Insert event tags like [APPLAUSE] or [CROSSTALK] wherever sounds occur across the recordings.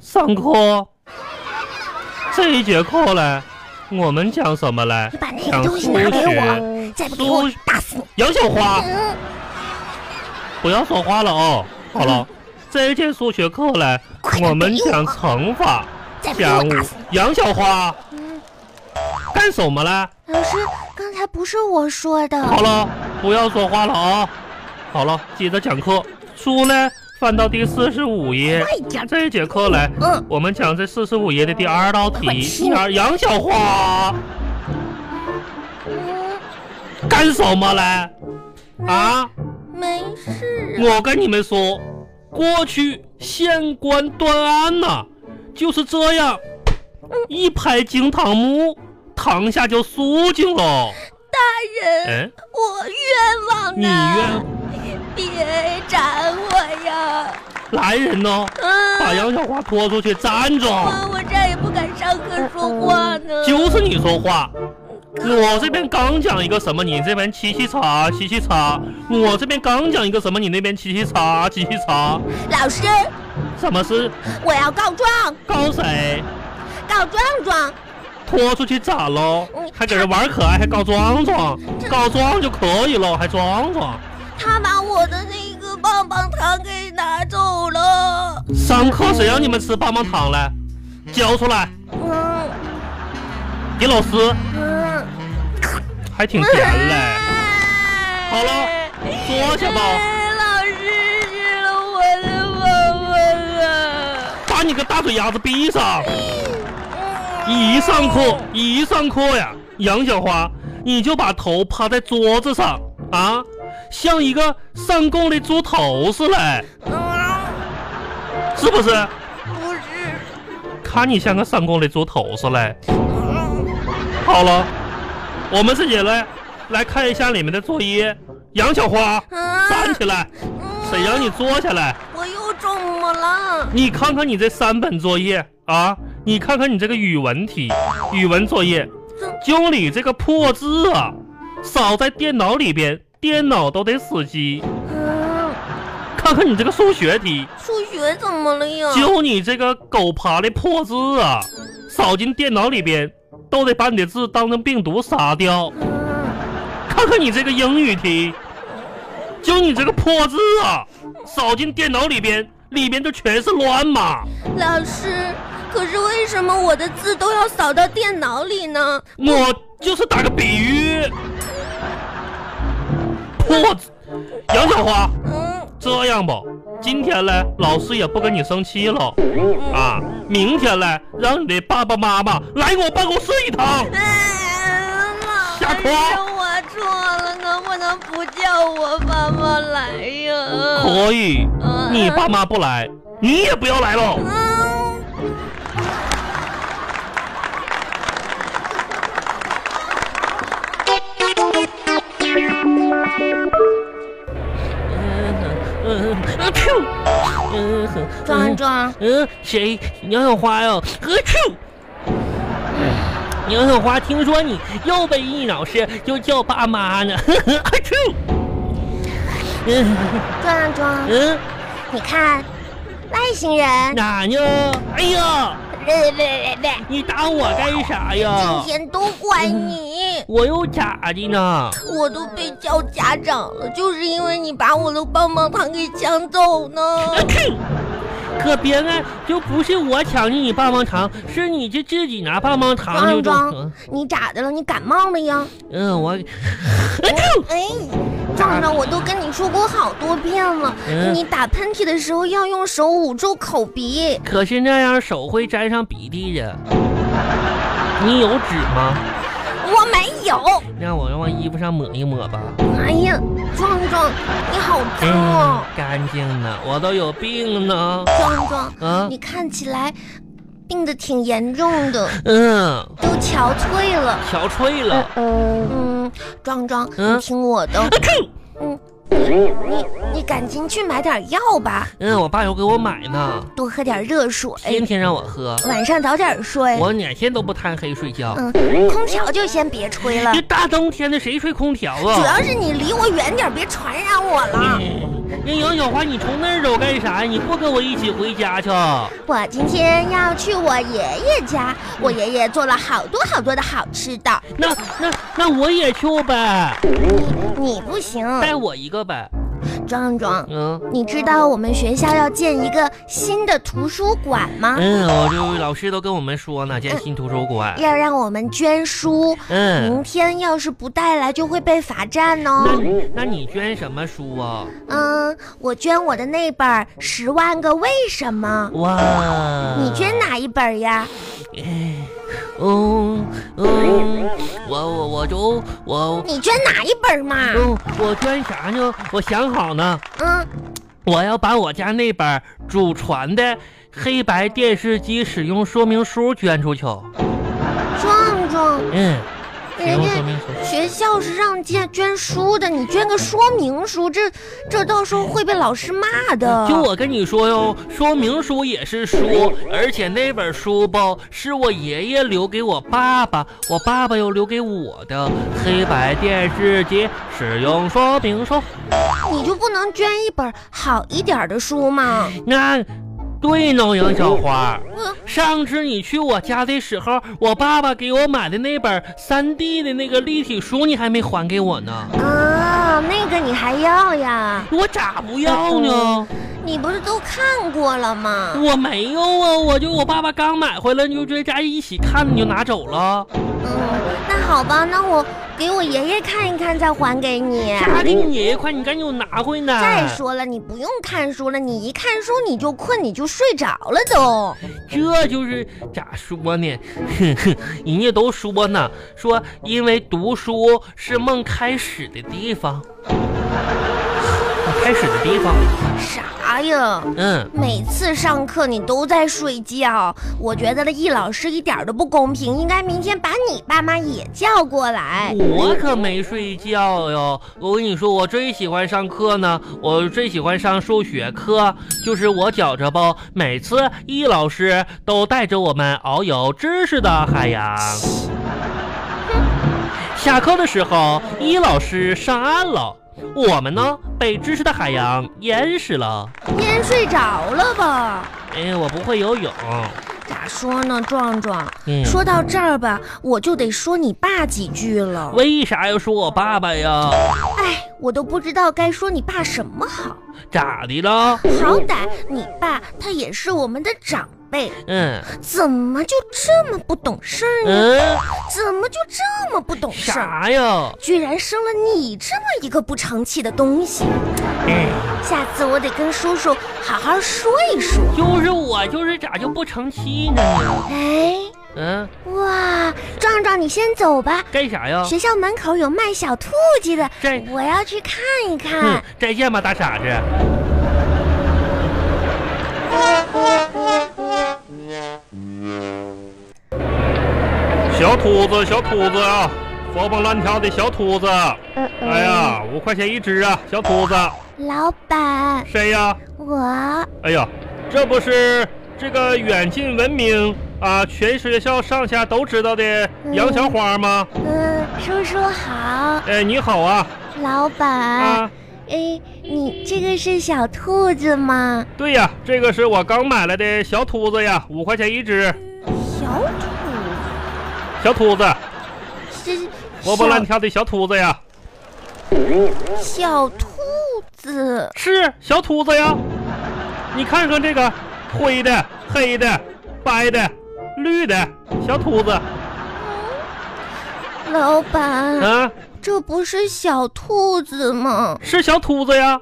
上课，这一节课嘞，我们讲什么嘞你？把那讲个数东西拿给我，学。再不给我苏打死你！杨小花，嗯不要说话了哦。好了，这一节数学课嘞，快点我们给我讲乘法，再不给讲我打死你！杨小花嗯，干什么嘞？老师，刚才不是我说的。好了，不要说话了啊！好了，接着讲课。书呢，翻到第四十五页。快点，这一节课来，嗯，我们讲这四十五页的第二道快题。听第二，杨小花嗯干什么嘞？啊！没事。我跟你们说，过去县官断案呐、就是这样，一拍惊堂木，堂下就肃静了。大人，哎，我冤枉你的，冤别斩我呀！来人呐，把嗯，杨小花拖出去，站住！我我再也不敢上课说话呢。就是你说话。我这边刚讲一个什么，你这边七七叉七七叉；我这边刚讲一个什么，你那边七七叉七七叉。老师，什么是我要告状，告谁？告壮壮。拖出去咋喽？还搁这玩可爱，还告壮壮，告状就可以了，还壮壮。他把我的那个棒棒糖给拿走了。上课谁让你们吃棒棒糖嘞？交出来！嗯你老师嗯，还挺甜嘞。好了坐下吧哎老师吃了我的棒棒糖。把你个大嘴丫子闭上！一上课，一上课呀，杨小花，你就把头趴在桌子上啊，像一个上供的猪头似的，嗯，是不是？不是。看你像个上供的猪头似的。嗯好了，我们自己来来看一下里面的作业。杨小花，站嗯起来，谁让你坐下来？我又怎么了？你看看你这三本作业啊，你看看你这个语文题、语文作业，就你这个破字啊，扫在电脑里边，电脑都得死机。嗯，看看你这个数学题，数学怎么了呀？就你这个狗爬的破字啊，扫进电脑里边，都得把你的字当成病毒杀掉。嗯看看你这个英语题，就你这个破字啊，扫进电脑里边，里边就全是乱码。老师，可是为什么我的字都要扫到电脑里呢？我就是打个比喻，破字，杨小花，嗯这样吧，今天呢，老师也不跟你生气了嗯啊，明天呢，让你的爸爸妈妈来我办公室一趟。哎老下师，课我错了，能不能不叫我爸妈来呀？可以，你爸妈不来，你也不要来了。嗯，嗯嗯，啾，嗯哼，壮壮，嗯，谁？杨小花哟，呵啾。杨小花，听说你又被易老师就叫爸妈呢， [LAUGHS] 呵呵，啊啾。嗯壮壮，嗯，你看，外星人，哪呢？哎呀，别别别别，你打我干啥呀今？天都怪你。我又咋的呢？我都被叫家长了，就是因为你把我的棒棒糖给抢走呢。啊啾可别呢，就不是我抢的你棒棒糖，是你这自己拿棒棒糖就壮中。壮，你咋的了？你感冒了呀？嗯，我，啊啾哎，壮壮，我都跟你说过好多遍了，嗯你打喷嚏的时候要用手捂住口鼻。可是那样手会沾上鼻涕的。你有纸吗？我没有。让我往衣服上抹一抹吧。哎呀，壮壮，你好哎脏哦！干净呢，我都有病呢。壮壮，啊你，看起来病得挺严重的，嗯，都憔悴了。憔悴了。嗯，壮壮，嗯你听我的，啊啾嗯，你你赶紧去买点药吧，嗯，我爸又给我买呢，多喝点热水，天天让我喝。晚上早点睡。我哪天都不贪黑睡觉。哎嗯，空调就先别吹了嗯这。大冬天的，谁吹空调主啊？要是你离我远点，别传染我了。嗯哎那杨小花，你从那儿走干啥呀？你不跟我一起回家去？我今天要去我爷爷家，我爷爷做了好多好多的好吃的。那那那我也去呗，你不行，带我一个呗。壮壮，嗯你知道我们学校要建一个新的图书馆吗？嗯，我就老师都跟我们说呢，建新图书馆。要让我们捐书，明嗯，天要是不带来就会被罚站那哦。你那你捐什么书啊？嗯，我捐我的那本《十万个为什么哇》，，你捐？哪一本呀？嗯嗯，我我我就我你捐哪一本嘛？嗯我捐啥呢？我想好呢。嗯，我要把我家那本祖传的黑白电视机使用说明书捐出去。壮壮，嗯，使人用说家明书。学校是让捐捐书的，你捐个说明书，这这到时候会被老师骂的。就我跟你说哟，说明书也是书，而且那本书吧是我爷爷留给我爸爸，我爸爸又留给我的黑白电视机使用说明书。你就不能捐一本好一点的书吗？那对呢，杨小花嗯。上次你去我家的时候，我爸爸给我买的那本三 D 的那个立体书，你还没还给我呢。啊，那个你还要呀？我咋不要呢？你不是都看过了吗？我没有啊，我就我爸爸刚买回来，你就在家一起看，你就拿走了。嗯，那好吧，那我给我爷爷看一看，再还给你。啥给你爷爷快，你赶紧给我拿回来。再，说了，你不用看书了，你一看书你就困，你就睡着了都。这就是咋说呢？ [LAUGHS] 哼哼，人家都说呢，说因为读书是梦开始的地方，开始的地方。啥呀？嗯，每次上课你都在睡觉，我觉得易老师一点都不公平，应该明天把你爸妈也叫过来。我可没睡觉哟。我跟你说，我最喜欢上课呢，我最喜欢上数学课，就是我觉着吧，每次易老师都带着我们遨游知识的海洋。下课的时候，易老师上岸了，我们呢被知识的海洋淹死了。先睡着了吧？哎，我不会游泳。咋说呢，壮壮？嗯，说到这儿吧，我就得说你爸几句了。为啥要说我爸爸呀？哎，我都不知道该说你爸什么好。咋的了？好歹你爸他也是我们的长辈，嗯怎么就这么不懂事儿呢？嗯，怎么就这么不懂事儿？啥呀？居然生了你这么一个不成器的东西！哎。下次我得跟叔叔好好说一说。就是我，就是咋就不成器呢？哎，嗯，哇，壮壮，你先走吧，干啥呀？学校门口有卖小兔子的，再我要去看一看嗯。，再见吧，大傻子。小兔子，小兔子啊，活蹦乱跳的小兔子，哎呀，五块钱一只啊，小兔子，老板，谁呀？我哎呀，这不是这个远近闻名啊，全学校上下都知道的杨小花吗？嗯，叔叔好，哎，你好啊，老板，啊。哎，你这个是小兔子吗？对呀，这个是我刚买来的小兔子呀，五块钱一只。小兔小兔子，子，活蹦乱跳的小兔子呀，小兔子，是小兔子呀。你看看这个，灰的、黑的、白的、绿的小兔子老板，啊，这不是小兔子吗？是小兔子呀。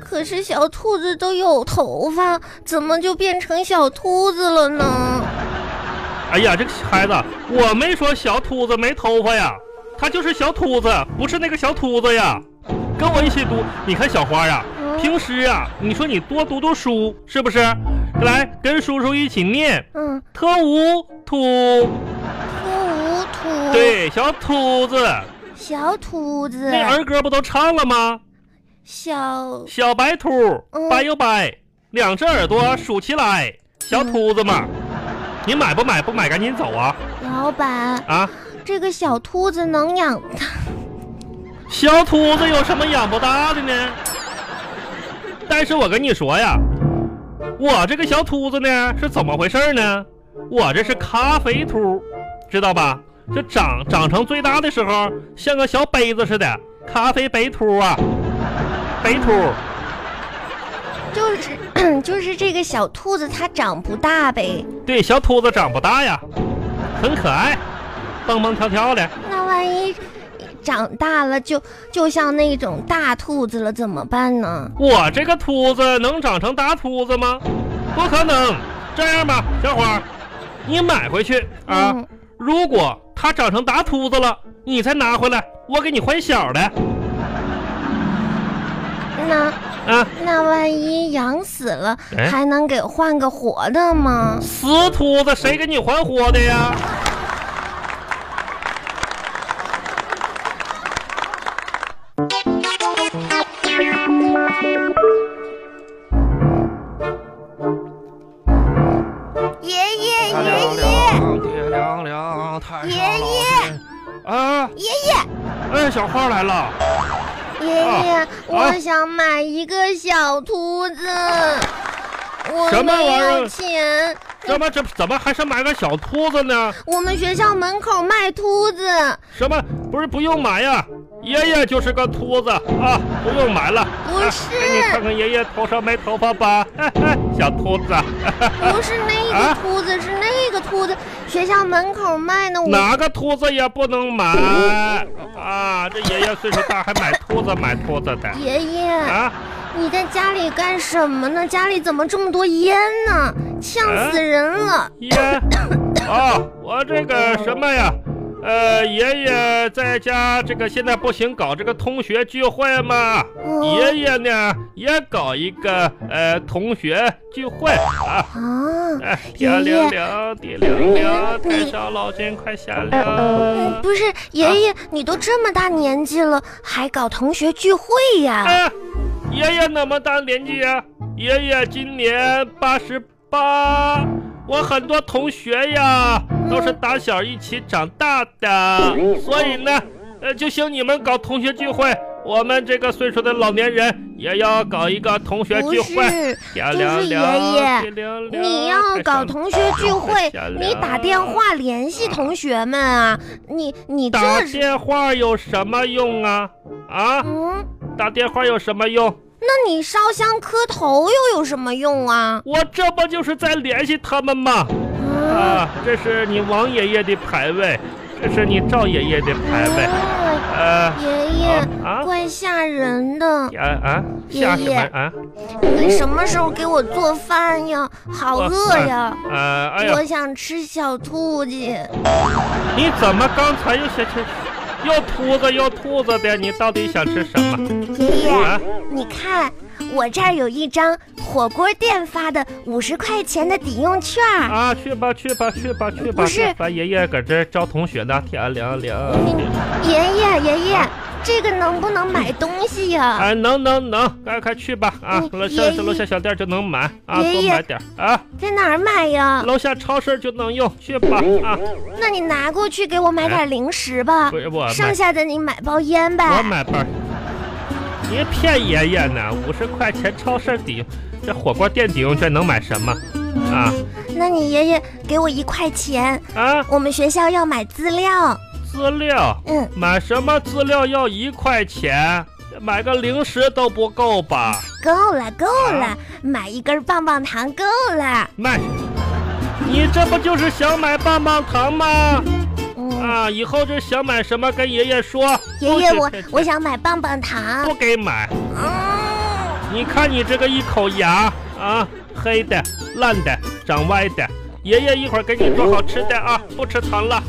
可是小兔子都有头发，怎么就变成小兔子了呢？哎呀，这个孩子，我没说小兔子没头发呀，它就是小兔子，不是那个小兔子呀。跟我一起读，你看小花呀，平时啊，你说你多读读书，是不是？来，跟叔叔一起念。嗯，特务兔，兔无兔，，对，小兔子，小兔子，那儿歌不都唱了吗？小小白兔嗯，掰又掰，两只耳朵竖起来，小兔子嘛。你买不买？不买赶紧走啊老板，啊！这个小兔子能养大小兔子有什么养不大的呢？但是我跟你说呀，我这个小秃子呢是怎么回事呢？我这是咖啡秃，知道吧？这长长成最大的时候像个小杯子似的，咖啡杯秃啊，杯秃。就是就是 [CLEARS THROAT] 这个小兔子它长不大呗。对，小秃子长不大呀，很可爱，蹦蹦跳跳的。那万一长大了就就像那种大兔子了怎么办呢？我这个秃子能长成大秃子吗？不可能。这样吧，小伙儿，你买回去啊。嗯如果它长成大秃子了，你再拿回来，我给你换小的那啊。那万一养死了，哎还能给换个活的吗？死秃子谁给你还活的呀？爷爷，爷凉凉爷，天凉凉，太爷爷，啊，爷爷，哎，小花来了，爷爷，啊我想买一个小兔子，我什么没玩意儿有钱。怎么这怎么还是买个小秃子呢？我们学校门口卖兔子，什么不是不用买呀？爷爷就是个秃子啊，不用买了。不啊是给你看看爷爷头上没头发吧， [LAUGHS] 哈哈小秃子。不是那个啊兔子，是那个兔子。学校门口卖的，我哪个秃子也不能买嗯啊！这爷爷岁数大还买秃子买秃子的爷爷，啊！你在家里干什么呢？家里怎么这么多烟呢？啊呛死人了！爷，哦，我这个什么呀？呃，爷爷在家这个现在不行，搞这个同学聚会嘛。嗯爷爷呢也搞一个呃同学聚会啊。啊，哎，天爷凉嗯爷凉，地凉凉，你太上老君快下嗯凉。不是爷爷，你都这么大年纪了，还搞同学聚会呀？哎，爷爷那么大年纪呀、啊爷爷今年八十八，我很多同学呀都是打小一起长大的，所以呢，呃，就像你们搞同学聚会，我们这个岁数的老年人也要搞一个同学不聚会。 [LAUGHS] 是，凉是凉爷凉爷天凉哎凉你要太搞上同学聚会太，善你良打电话联系同学们啊！你你这打是电话有什么用啊？啊，嗯，打电话有什么用？那你烧香磕头又有什么用啊？我这不就是在联系他们吗？啊，啊，这是你王爷爷的牌位，这是你赵爷爷的牌位。啊呃，爷爷啊啊怪吓人的，呀啊，下什么啊？你什么时候给我做饭呀？好饿呀！呃，啊哎我呀，想吃小兔子，你怎么刚才又想吃，又秃子又兔子的？你到底想吃什么？爷爷，啊，你看我这儿有一张火锅店发的五十块钱的抵用券儿，啊，去吧去吧去吧去吧！不是去吧爷爷搁这招同学呢，天凉凉。爷爷爷爷，这个能不能买东西呀？哎，能能能，快快去吧啊！嗯楼下爷爷楼下小店就能买啊，爷多爷买点啊。在哪儿买呀？楼下超市就能用，去吧啊！那你拿过去给我买点零食吧不，是啊我买剩下的你买包烟我呗。买包儿。别骗爷爷呢，五十块钱超市抵，这火锅店抵用券能买什么？啊那你爷爷给我一块钱，啊！我们学校要买资料。资料嗯，买什么资料要一块钱？买个零食都不够吧？够了够啊了，买一根棒棒糖够了。卖！你这不就是想买棒棒糖吗？嗯，啊，以后这想买什么跟爷爷说。爷爷都我 [LAUGHS] 是骗钱我想买棒棒糖嗯不。给买。你看你这个一口牙啊，黑的、烂的、长歪的。爷爷一会儿给你做好吃的啊，不吃糖了